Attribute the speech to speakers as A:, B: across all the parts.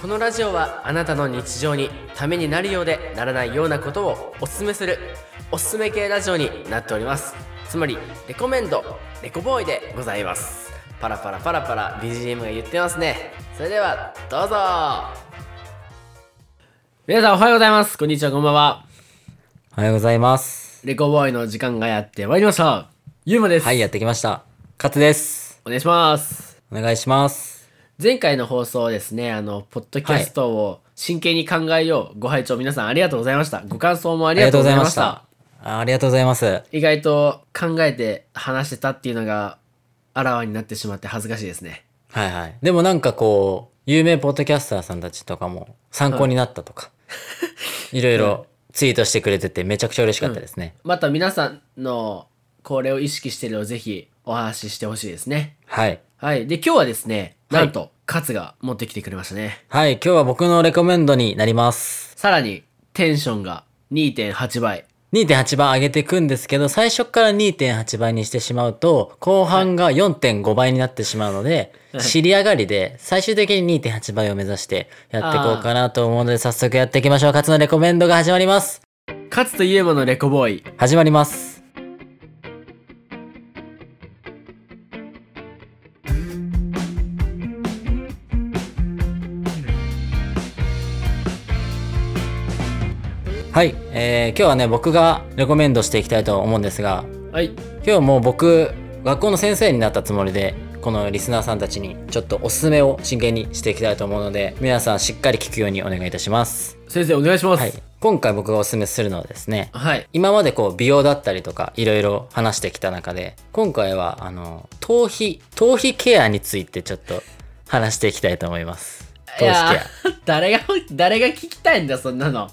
A: このラジオはあなたの日常にためになるようでならないようなことをおすすめするおすすめ系ラジオになっておりますつまりレコメンドレコボーイでございますパラパラパラパラ BGM が言ってますねそれではどうぞ皆さんおはようございますこんにちはこんばんは
B: おはようございます。
A: レコボーイの時間がやってまいりましたゆうまです
B: はい、やってきました。カツです。
A: お願いします
B: お願いします。
A: 前回の放送ですね、あの、ポッドキャストを真剣に考えよう。ご拝聴皆さんありがとうございました。ご感想もあ
B: あ
A: りがとうございました。
B: あ。ありがとうございます。
A: 意外と考えて話してたっていうのが、あらわになってしまって恥ずかしいですね。
B: はいはい。でもなんかこう、有名ポッドキャスターさんたちとかも参考になったとか、い、ろいろツイートしてくれててめちゃくちゃ嬉しかったですね。
A: また皆さんのこれを意識してるをぜひお話ししてほしいですね。
B: はい。
A: はい。で、今日はですね、
B: は
A: ないんと、カツが持ってきてくれましたね。
B: はい、今日は僕のレコメンドになります。
A: さらに、テンションが2.8倍。
B: 2.8倍上げていくんですけど、最初から2.8倍にしてしまうと、後半が4.5倍になってしまうので、
A: はい
B: 尻上がりで、最終的に2.8倍を目指してやっていこうかなと思うので、早速やっていきましょう。勝のレコメンドが始まります。
A: カツとユーマのレコボーイ。
B: 始まります。はい、えー今日はね僕がレコメンドしていきたいと思うんですが
A: はい。
B: 今日もう僕学校の先生になったつもりでこのリスナーさんたちにちょっとおすすめを真剣にしていきたいと思うので皆さんしっかり聞くようにお願いいたします。
A: 先生、お願いします。
B: はい、今回僕がおすすめするのはですね
A: はい
B: 今までこう美容だったりとかいろいろ話してきた中で今回はあの頭皮頭皮ケアについてちょっと話していきたいと思います頭
A: い
B: 皮ケ
A: や誰が 誰が聞きたいんだそんなの
B: ア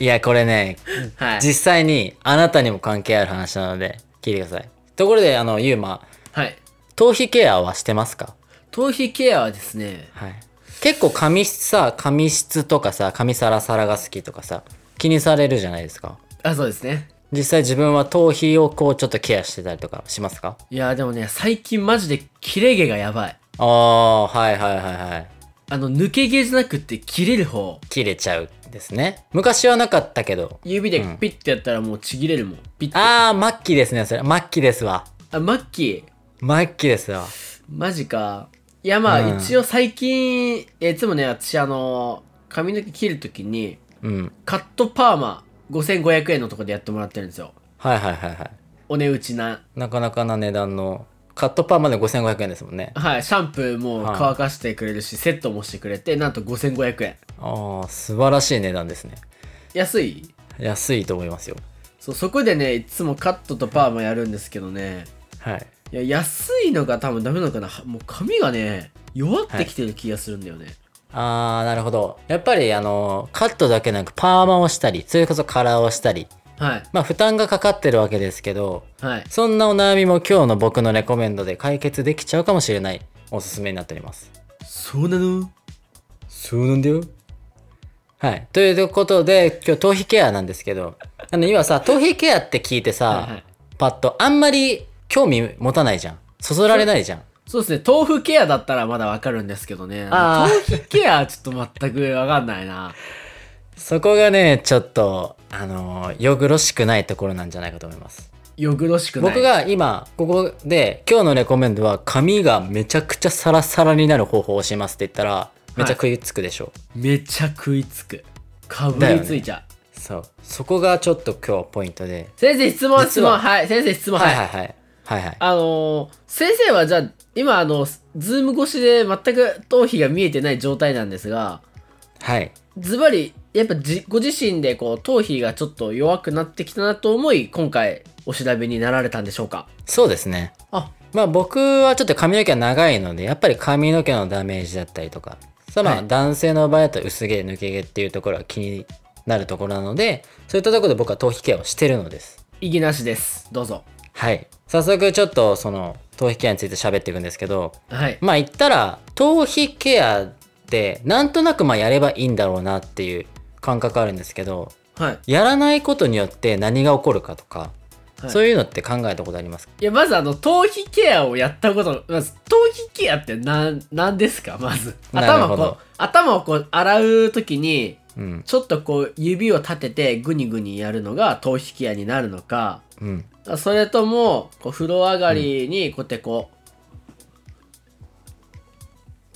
B: いやこれね
A: はい
B: 実際にあなたにも関係ある話なので聞いてくださいところであのゆうま
A: はい
B: 頭皮ケアはしてますか
A: 頭皮ケアはですね
B: はい結構髪質さ髪質とかさ髪サラサラが好きとかさ気にされるじゃないですか
A: あそうですね
B: 実際自分は頭皮をこうちょっとケアしてたりとかしますか
A: いやでもね最近マジで切れ毛がやばい
B: ああはいはいはいはい
A: あの抜け毛じゃなくて切れる方
B: 切れちゃうですね昔はなかったけど
A: 指でピッてやったらもうちぎれるもん、ピッてあ
B: あー末期ですねそれ末期ですわ
A: マッキー
B: 末期ですわ
A: マジかいやまあ、
B: うん
A: 一応最近いやいつもね私あの髪の毛切るときに
B: うん
A: カットパーマ5500円のとこでやってもらってるんですよ
B: はいはいはいはい
A: お値打ちな
B: なかなかな値段のカットパーまで5500円ですもんね
A: はい、シャンプーも
B: はい
A: 乾かしてくれるし、セットもしてくれて、なんと5500円。
B: ああ素晴らしい値段ですね
A: 安い
B: 安いと思いますよ
A: そう、そこでね、いつもカットとパーマやるんですけどね、
B: はい
A: いや、安いのが多分ダメなのかな。はもう髪がね、弱ってきてる気がするんだよね。
B: あーなるほどやっぱりあのカットだけなくパーマをしたりそれこそカラーをしたり
A: はい、
B: まあ負担がかかってるわけですけど
A: はい。
B: そんなお悩みも今日の僕のレコメンドで解決できちゃうかもしれないおすすめになっております
A: そうなの
B: そうなんだよ。はい。ということで、今日頭皮ケアなんですけど、あの今さ、頭皮ケアって聞いてさ、
A: はいはい
B: パッとあんまり興味持たないじゃん。そそられないじゃん。
A: そうですね、豆腐ケアだったらまだわかるんですけどね、
B: あー
A: 豆腐ケアはちょっと全くわかんないな。
B: そこがね、ちょっと、あのーよぐろしくないところなんじゃないかと思います。
A: よぐろしくない。
B: 僕が今、ここで、今日のレコメンドは、髪がめちゃくちゃサラサラになる方法を教えますって言ったら、めっちゃ食いつくでしょ。
A: めちゃ食いつく。かぶりついちゃう。
B: そう。そこがちょっと今日ポイントで。
A: 先生質問、質
B: 実
A: 問。
B: は
A: はい、先生質問。
B: はいはいはい。はいはい。
A: あのー先生はじゃあ今あのズーム越しで全く頭皮が見えてない状態なんですが
B: はい。
A: ズバリやっぱじご自身でこう頭皮がちょっと弱くなってきたなと思い今回お調べになられたんでしょうか
B: そうですね。
A: あ
B: まあ僕はちょっと髪の毛が長いのでやっぱり髪の毛のダメージだったりとかさあま
A: は
B: あ
A: い
B: 男性の場合だと薄毛抜け毛っていうところが気になるところなのでそういったところで僕は頭皮ケアをしてるのです
A: 異議なしですどうぞ
B: はい早速ちょっとその頭皮ケアについて喋っていくんですけど
A: はい
B: まあ言ったら頭皮ケアってなんとなくまあやればいいんだろうなっていう感覚あるんですけど
A: はい
B: やらないことによって何が起こるかとか
A: はい
B: そういうのって考えたことありますか
A: いや、まずあの、頭皮ケアをやったこと、まず、頭皮ケアってなん、なんですかまず。
B: なる
A: 頭を
B: ほ
A: こ
B: ど
A: う、頭をこう、洗うときに、
B: うん
A: ちょっとこう、指を立てて、ぐにぐにやるのが頭皮ケアになるのか、
B: うん
A: それとも、こう、風呂上がりに、こうやってこ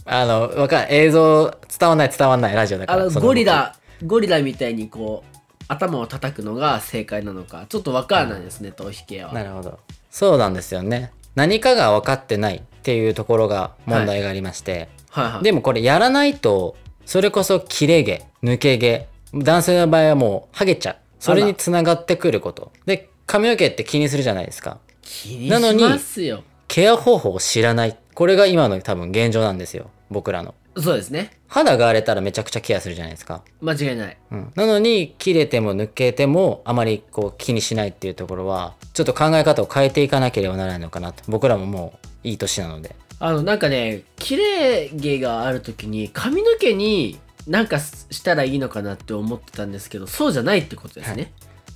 A: う、
B: あのわかんない映像伝わんない伝わんないラジオだか
A: あ
B: ら
A: の、
B: その
A: ゴリラ、ゴリラみたいにこう、頭を叩くのが正解なのか、ちょっとわからないですね、頭皮ケアは。
B: なるほどそうなんですよね何かが分かってないっていうところが問題がありまして、
A: はいはい。
B: でもこれやらないとそれこそ切れ毛抜け毛男性の場合はもうハゲちゃうそれにつながってくることで髪の毛って気にするじゃないですか
A: 気に
B: なの
A: し
B: に
A: ますよ。
B: ケア方法を知らないこれが今の多分現状なんですよ僕らの
A: そうですね。
B: 肌が荒れたらめちゃくちゃケアするじゃないですか、
A: 間違いない。
B: うん、なのに切れても抜けてもあまりこう気にしないっていうところはちょっと考え方を変えていかなければならないのかなと僕らももういい年なので
A: あのなんかね綺麗毛がある時に髪の毛になんかすしたらいいのかなって思ってたんですけどそうじゃないってことですね、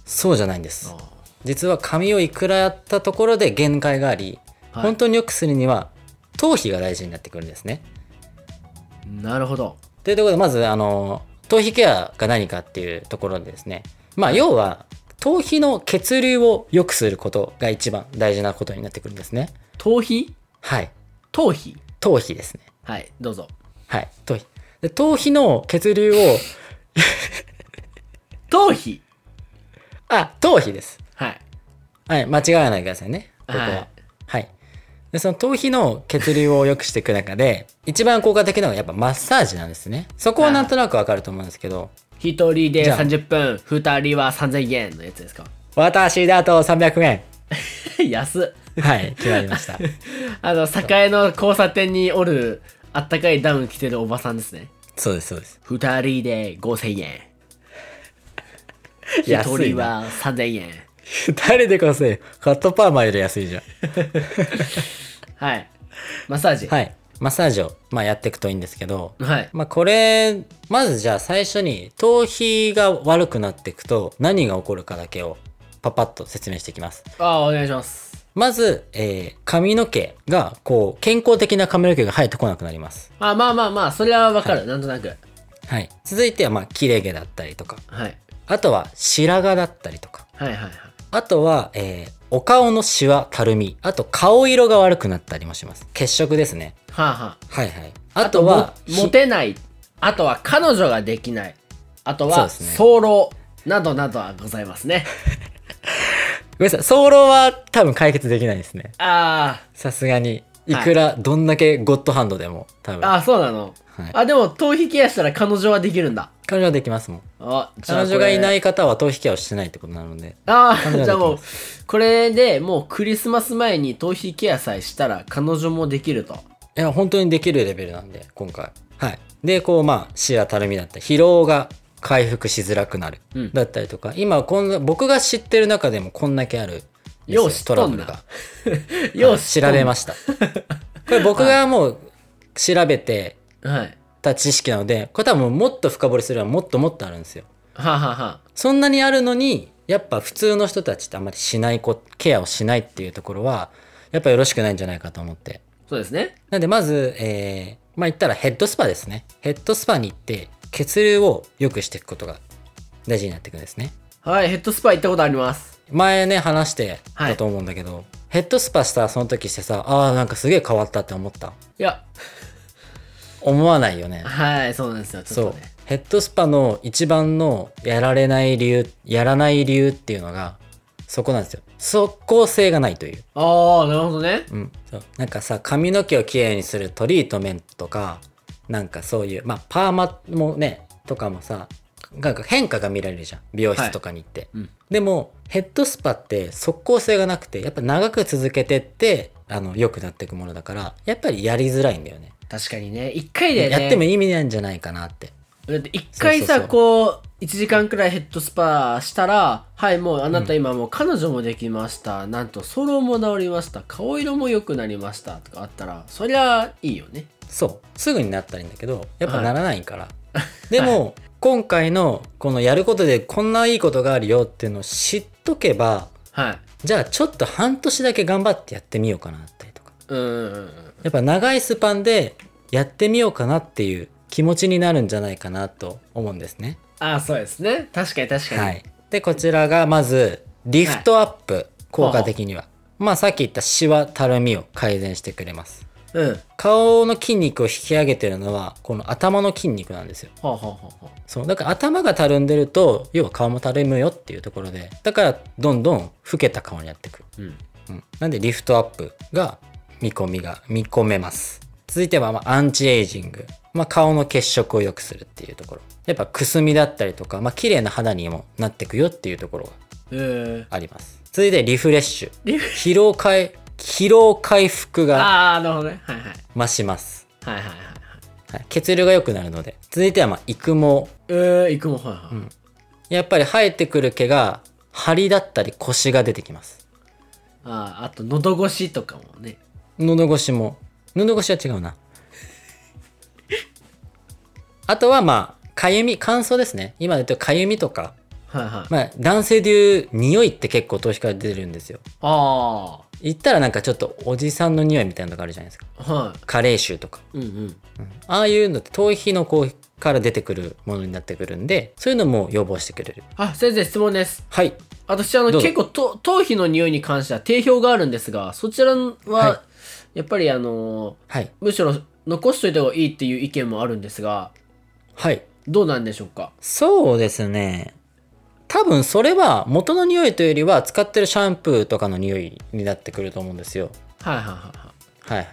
B: そうじゃないんです実は髪をいくらやったところで限界があり、
A: はい
B: 本当に良くするには頭皮が大事になってくるんですね。
A: なるほど
B: というところでまずあの頭皮ケアが何かっていうところでですねまあ要は頭皮の血流を良くすることが一番大事なことになってくるんですね。
A: 頭皮
B: はい
A: 頭皮
B: 頭皮ですね。
A: はいどうぞ
B: はい頭皮で頭皮の血流を
A: 頭皮
B: あ頭皮です。
A: はい
B: はい間違えないでくださいねここは。
A: は
B: はいい、でその頭皮の血流を良くしていく中で一番効果的なのがやっぱマッサージなんですねそこはなんとなくわかると思うんですけど
A: 一人で
B: じゃあ
A: 30分二人は3000円のやつですか
B: 私だと300円
A: 安っ
B: はい決まりま した
A: あの栄の交差点におるあったかいダウン着てるおばさんですね
B: そうですそうです
A: 二人で5000円一
B: 安い
A: 人
B: な
A: は3000円
B: 誰でこそよカットパーマより安いじゃん
A: はいマッサージ
B: はいマッサージを、まあ、やっていくといいんですけど
A: はい
B: まあこれまずじゃあ最初に頭皮が悪くなっていくと何が起こるかだけをパパッと説明していきます
A: ああお願いします
B: まず、えー髪の毛が、こう、健康的な髪の毛が生えてこなくなります。
A: あまあまあまあそれはわかる、なんとなく
B: はい。続いては、まあ、切れ毛だったりとか、
A: はい
B: あとは白髪だったりとか、
A: はいはいはい
B: あとは、えーお顔のシワ、たるみ、あと顔色が悪くなったりもします。血色ですね。
A: はあ、は
B: はいはい。
A: あ、
B: あとは、
A: もモテないあとは彼女ができないあとは
B: そうですね
A: 早漏、などなどはございますね
B: ひごめんなさい、早漏は多分解決できないですね。
A: あ
B: さすがに。いくら、どんだけゴッドハンドでも、多
A: ー
B: 分。
A: あーそうなの、
B: はい
A: あでも頭皮ケアしたら彼女はできるんだ
B: 彼女はできますもん。
A: あじゃあ
B: 彼女がいないい方は頭皮ケアをしてないってことなので。
A: あ
B: 彼女
A: あ
B: は
A: じゃあ
B: でき
A: も
B: ま
A: うこれでもうクリスマス前に頭皮ケアさえしたら彼女もできると
B: いや、本当にできるレベルなんで、今回。はい。で、こう、まあ、視野たるみだったり、疲労が回復しづらくなる。
A: うん
B: だったりとか、今、こんな、僕が知ってる中でもこんだけあるんです
A: よう知っとんな
B: トラブルが。
A: よ
B: はい
A: し
B: 調べ ました。これ僕がもう調べて
A: すはい
B: た知識なので、これ多分もっと深掘りすればもっともっとあるんですよ。
A: はあ、はあはあ
B: そんなにあるのに、やっぱ普通の人たちってあんまりしないこ、ケアをしないっていうところは、やっぱよろしくないんじゃないかと思って。
A: そうですね
B: なんでまず、えーまあ言ったらヘッドスパですね。ヘッドスパに行って血流を良くしていくことが大事になっていくんですね。
A: はいヘッドスパ行ったことあります
B: 前ね話して
A: はい
B: たと思うんだけど、ヘッドスパしたその時してさ、あーなんかすげえ変わったって思った。
A: いや
B: 思わないよね。
A: はいそうなんですよちょ
B: そ
A: っ
B: う
A: とね。
B: ヘッドスパの一番のやられない理由、やらない理由っていうのがそこなんですよ。即効性がないという。
A: ああなるほどね
B: うん、そうなんかさ髪の毛をきれいにするトリートメントとかなんかそういうまあパーマもねとかもさなんか変化が見られるじゃん美容室とかに行って、
A: うん
B: でもヘッドスパって即効性がなくてやっぱ長く続けてってあの良くなっていくものだからやっぱりやりづらいんだよね
A: 確かにね一回でね
B: やっても意味ないんじゃないかなって
A: だって一回さ
B: そうそうそう
A: こう1時間くらいヘッドスパしたらはいもうあなた今もう彼女もできました、なんとソロも治りました顔色も良くなりましたとかあったらそりゃいいよね
B: そうすぐになったらいいんだけどやっ
A: は
B: ぱ
A: い
B: ならないから、でも、今回のこのやることでこんないいことがあるよっていうのを知っとけば
A: はい
B: じゃあちょっと半年だけ頑張ってやってみようかなだったりとか
A: うんうんうん
B: やっぱ長いスパンでやってみようかなっていう気持ちになるんじゃないかなと思うんですね。
A: ああそうですね確かに確かに、
B: はい、でこちらがまずリフトアップ、効果的にはまあさっき言ったシワたるみを改善してくれます
A: うんは
B: 顔の筋肉を引き上げてるのはこの頭の筋肉なんですよ
A: あはあはあはあ
B: そうだから頭がたるんでると要は顔もたるむよっていうところでだからどんどん老けた顔になってくる、
A: うん
B: うん、なんでリフトアップが見込みが見込めます続いてはまあアンチエイジング、まあ、顔の血色を良くするっていうところやっぱくすみだったりとか、まあ綺麗な肌にもなってくよっていうところが
A: えー、
B: あります続いてリフレッシュ
A: リフ
B: 疲労回疲労回復が
A: ああなるほどねはいはい
B: 増します、
A: はいはいはいはい
B: はい、血流が良くなるので続いてはまあ育毛
A: えー、行くもんはいはい、
B: んやっぱり生えてくる毛が張りだったり腰が出てきます
A: あああと喉越しとかもね
B: 喉越しも喉越しは違うなあとはまあかゆみ乾燥ですね今で言うとかゆみとか、
A: はいはい
B: まあ、男性でいう匂いって結構頭皮から出るんですよ
A: あ
B: 言ったらなんかちょっとおじさんの匂いみたいなのがあるじゃないですか
A: あは
B: 加齢臭とか
A: いうんうん
B: ああいうのって頭皮のこうから出てくるものになってくるんでそういうのも予防してくれる
A: あ先生質問です
B: はい
A: 私あの
B: どうぞ
A: 結構と頭皮の匂いに関しては定評があるんですがそちらは、
B: は
A: やっぱりあの
B: はい
A: むしろ残しといた方がいいっていう意見もあるんですが
B: はい
A: どうなんでしょうか
B: そうですね多分それは元の匂いというよりは使ってるシャンプーとかの匂いになってくると思うんですよ
A: はいはいはいはい
B: はいはい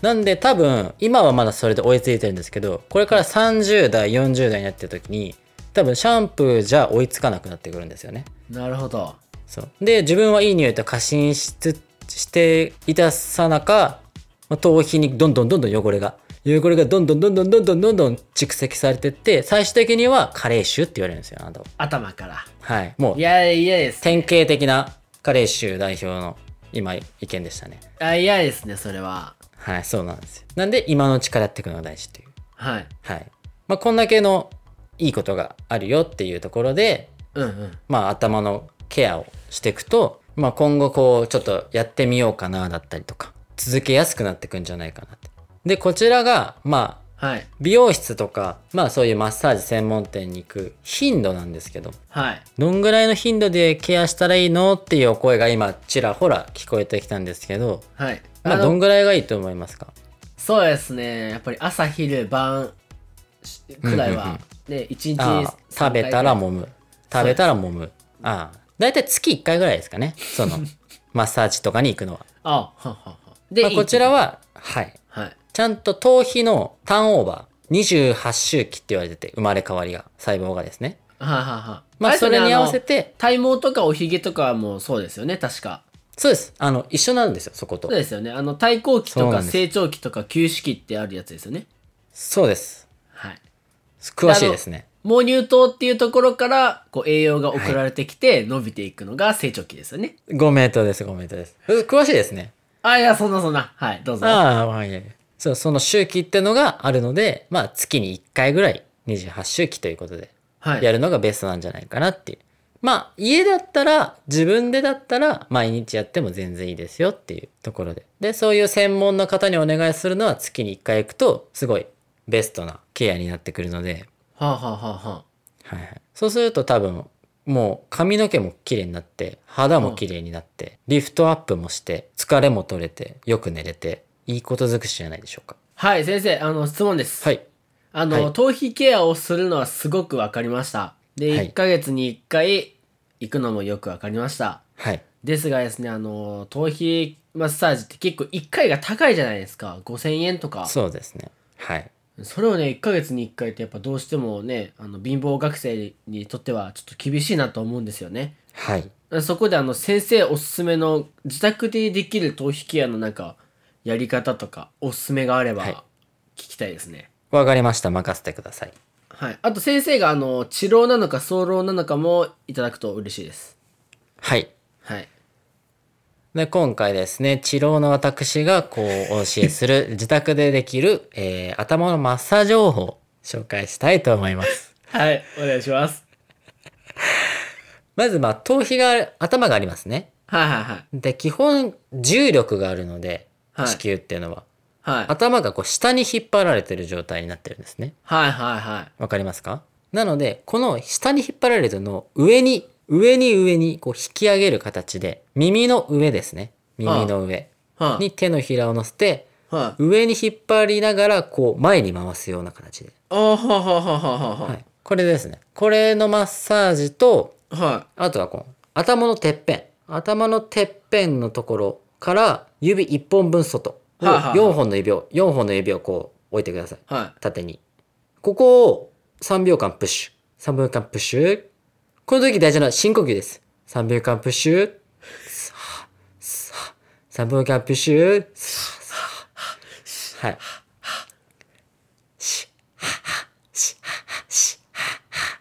B: なんで多分今はまだそれで追いついてるんですけどこれから30代40代になってる時に多分シャンプーじゃ追いつかなくなってくるんですよね
A: なるほど
B: そうで自分はいい匂いと過信しつしていたさなかまあ頭皮にどんどんどんどん汚れが汚れがどんどんどんどんどんどんどんどん蓄積されてって最終的には加齢臭って言われるんですよあなたは
A: 頭から
B: はいもう
A: いや嫌です
B: 典型的な加齢臭代表の今意見でしたね
A: あ嫌ですねそれは
B: はいそうなんですよなんで今のうちからやっていくのが大事っていう
A: はい
B: はいまあこんだけのいいことがあるよっていうところで
A: うんうん
B: まあ、頭のケアをしていくと、まあ、今後こうちょっとやってみようかなだったりとか続けやすくなっていくんじゃないかなって。でこちらがまあ
A: はい
B: 美容室とか、まあ、そういうマッサージ専門店に行く頻度なんですけど
A: はい
B: どんぐらいの頻度でケアしたらいいのっていうお声が今ちらほら聞こえてきたんですけど、
A: はい
B: まあ、
A: の
B: どんぐらいがいいと思いますか
A: そうですねやっぱり朝昼晩しくらい
B: うんうん
A: は、ね一
B: あ
A: 日
B: あ食べたら
A: も
B: 揉む食べたら揉むああ大体月1回ぐらいですかね そのマッサージとかに行くのは。
A: あはははで、
B: まあ、こちら
A: は、
B: は、はい、
A: はい、
B: ちゃんと頭皮のターンオーバー28周期って言われてて生まれ変わりが細胞がですね、
A: はあはあはあ
B: まあ、
A: れです
B: そ
A: よね
B: れに合わせ
A: の
B: て
A: 体毛とかおひげとかもそうですよね確か
B: そうですあの一緒なんですよそこと
A: そうですよねあの対抗期
B: そ
A: と
B: うな
A: か
B: んです
A: 成長期とか休止期ってあるやつですよね
B: そうです
A: はい
B: 詳しいですね
A: 毛乳糖っていうところからこう栄養が送られてきて伸びていくのが成長期ですよね、
B: ご名答ですご名答ですう詳しいですね
A: あいやそんなそんなはいどうぞ
B: ああまあいいやいやそうその周期ってのがあるのでまあ月に1回ぐらい28周期ということで
A: はい
B: やるのがベストなんじゃないかなっていうまあ家だったら自分でだったら毎日やっても全然いいですよっていうところででそういう専門の方にお願いするのは月に1回行くとすごいベストなケアになってくるので、
A: はあ、はあはあはあ
B: はいはい、そうすると多分もう髪の毛も綺麗になって肌も綺麗になってリフトアップもして疲れも取れてよく寝れていいこと尽くしじゃないでしょうか
A: はい先生あの質問です
B: はい
A: あの、
B: はい
A: 頭皮ケアをするのはすごく分かりましたで、
B: はい
A: 1ヶ月に1回行くのもよく分かりました
B: はい
A: ですがですねあの頭皮マッサージって結構1回が高いじゃないですか5000円とかそ
B: そうですねはい
A: れをね1ヶ月に1回ってやっぱどうしてもねあの貧乏学生にとってはちょっと厳しいなと思うんですよね
B: はい
A: そこであの先生おすすめの自宅でできる頭皮ケアのなんかやり方とかおすすめがあれば
B: はい
A: 聞きたいですね、
B: わかりました任せてください
A: はい、あと先生があの治療なのか早漏なのかもいただくと嬉しいです。
B: はい
A: はい、
B: で今回ですね治療の私がこうお教えする自宅でできる、えー頭のマッサージ方法を紹介したいと思い ます
A: はい、お願いします。
B: まずまあ頭皮が頭がありますね
A: はいはいはい
B: で、基本重力があるので、
A: はい
B: 地球っていうのは、
A: はい
B: 頭がこう下に引っ張られてる状態になってるんですね。
A: はいはいはい
B: わかりますかなので、この下に引っ張られるのを上に、上に上にこう引き上げる形で、耳の上ですね。耳の上
A: はい
B: に手のひらを乗せて、
A: はい
B: 上に引っ張りながら、こう前に回すような形で。
A: あははははは
B: はい。これですね。これのマッサージと、
A: はは
B: あとはこう、頭のてっぺん。頭のてっぺんのところから指1本分外。を
A: はいはいはい
B: 4本の指を、4本の指をこう置いてください。
A: いはい
B: 縦に。ここを3秒間プッシュ。3秒間プッシュ。この時大事なのは深呼吸です。3秒間プッシュ。さあ、さあ、3秒間プッシュ。さあ、さあ、はい。し、は、は、し、は、は、し、は、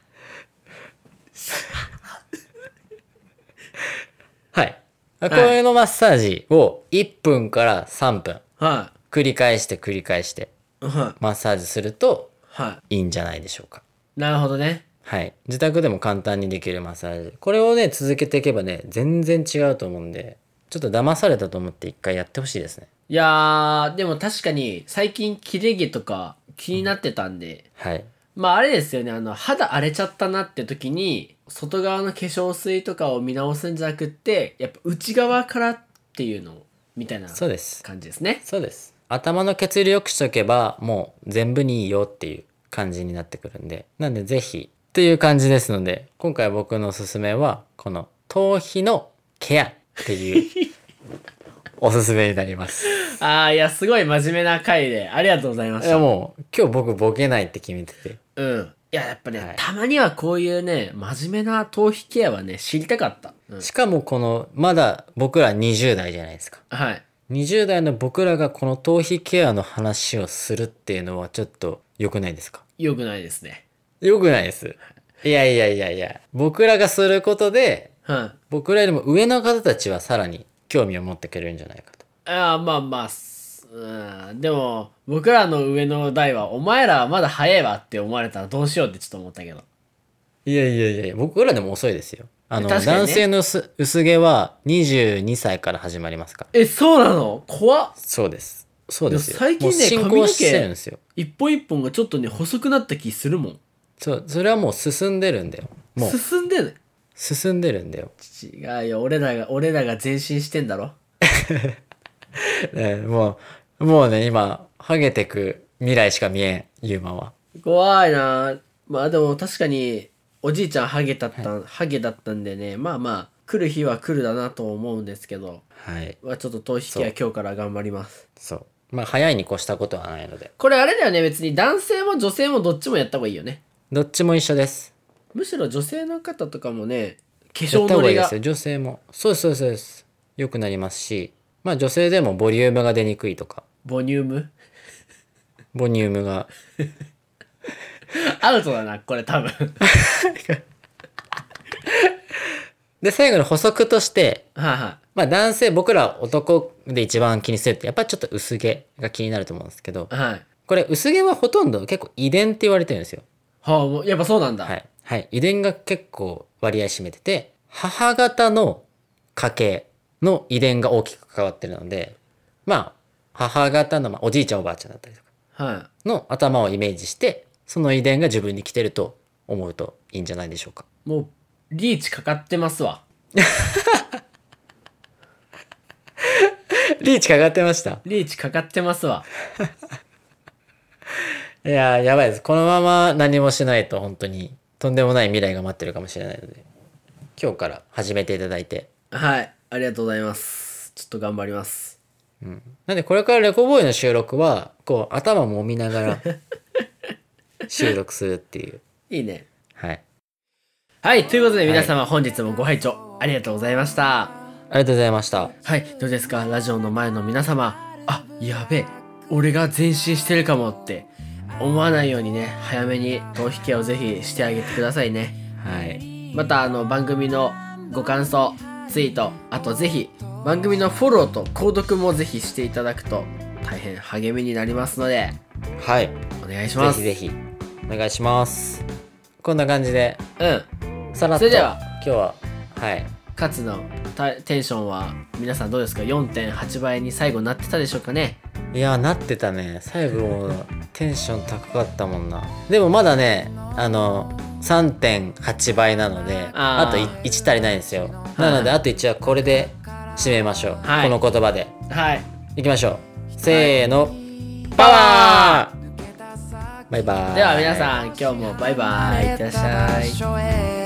B: は。はい。これのマッサージを1分から3分
A: は
B: 繰り返して繰り返して
A: いは
B: マッサージすると
A: いはい
B: いんじゃないでしょうか。
A: なるほどね
B: はい。自宅でも簡単にできるマッサージ。これをね、続けていけばね、全然違うと思うんで、ちょっと騙されたと思って一回やってほしいですね。
A: いやーでも確かに最近切れ毛とか気になってたんで、
B: はい。
A: まああれですよねあの肌荒れちゃったなって時に外側の化粧水とかを見直すんじゃなくってやっぱ内側からっていうのみたいな
B: そうです。
A: 感じですね
B: そうです。頭の血流良くしとけば、もう全部にいいよっていう感じになってくるんで。なんで、ぜひ、っていう感じですので、今回僕のおすすめは、この頭皮のケアっていうおすすめになります。
A: ああいやすごい真面目な回でありがとうございま
B: い
A: し
B: や
A: た
B: もう、今日僕ボケないって決めてて。
A: うんいややっぱね、
B: はい
A: たまにはこういうね真面目な頭皮ケアはね知りたかった、うん
B: しかもこのまだ僕ら20代じゃないですか
A: はい
B: 20代の僕らがこの頭皮ケアの話をするっていうのはちょっと良くないですか
A: 良くないですね
B: 良くないですいやいやいやいや僕らがすることで
A: うん
B: 僕らよりも上の方たちはさらに興味を持ってくれるんじゃないかと
A: ああまあまあすうんでも僕らの上の代はお前らはまだ早いわって思われたらどうしようってちょっと思ったけど
B: いやいやいやいや僕らでも遅いですよあの、
A: 確かにね
B: 男性の薄薄毛は22歳から始まりますから
A: えそうなの怖っ
B: そうですそうですよ
A: でも最近ね
B: もう進行してるんですよ
A: 一本一本がちょっとね細くなった気するもん
B: そうそれはもう進んでるんだよもう
A: 進んでる
B: 進んでるんだよ。
A: 違うよ俺らが俺らが前進してんだろ
B: ねもう、もうね、今、ハゲてく未来しか見えん、ユーマは。
A: 怖いなまあでも確かにおじいちゃんハゲだった、ハゲだったんでねまあまあ来る日は来るだなと思うんですけど、
B: はい。
A: まあ、ちょっと頭皮ケア今日から頑張ります
B: そう。まあ、早いに越したことはないので。
A: これあれだよね別に男性も女性もどっちもやった方がいいよね
B: どっちも一緒です。
A: むしろ女性の方とかもね化
B: や
A: 粧
B: った方
A: の
B: がい
A: り
B: いで
A: が
B: すよ、女性も。そうですそうですそうです。良くなりますし、まあ、女性でもボリュームが出にくいとか、
A: ボリューム
B: ボリュームが。
A: アウトだなこれ多分
B: で、最後の補足として、
A: はいは
B: まあ、男性、僕ら男で一番気にするって、やっぱちょっと薄毛が気になると思うんですけど、
A: いはい
B: これ、薄毛はほとんど結構遺伝って言われてるんですよ。
A: はあもうやっぱそうなんだ、
B: はい。はい。遺伝が結構割合占めてて、母方の家系の遺伝が大きく関わってるので、まあ、母方の、まあ、おじいちゃんおばあちゃんだったりとか
A: はい
B: の頭をイメージして、その遺伝が自分に来てると思うといいんじゃないでしょうか。
A: もうリーチかかってますわ
B: リーチかかってました。
A: リーチかかってますわ
B: いやー、やばいです。このまま何もしないと本当にとんでもない未来が待ってるかもしれないので、今日から始めていただいて、
A: はいありがとうございますちょっと頑張ります
B: なんでこれからレコボーイの収録はこう頭もみなが ら収録するっていう
A: いいね
B: はい
A: はいということで皆様本日もご拝聴ありがとうございました
B: ありがとうございました
A: はいどうですかラジオの前の皆様あやべえ俺が前進してるかもって思わないようにね早めに頭皮ケアをぜひしてあげてくださいね
B: はい
A: またあの番組のご感想ツイートあとぜひ番組のフォローと購読もぜひしていただくと大変励みになりますので
B: はい
A: お願いし
B: ぜ
A: ま
B: ひ
A: す
B: ぜひお願いしますこんな感じで
A: うん
B: さらっ
A: そ
B: と
A: れでは
B: 今日ははい
A: 勝のたテンションは皆さんどうですか4.8倍に最後なってたでしょうかね
B: いやーなってたね最後テンション高かったもんなでもまだねあの3.8倍なので
A: あー
B: あとい1足りないんですよなのであと1はこれで締めましょう、
A: はい
B: この言葉で
A: はい
B: いきましょうせーの、
A: パワ
B: バイバーイ
A: ーでは皆さん今日もバイバイいってらっしゃい
C: い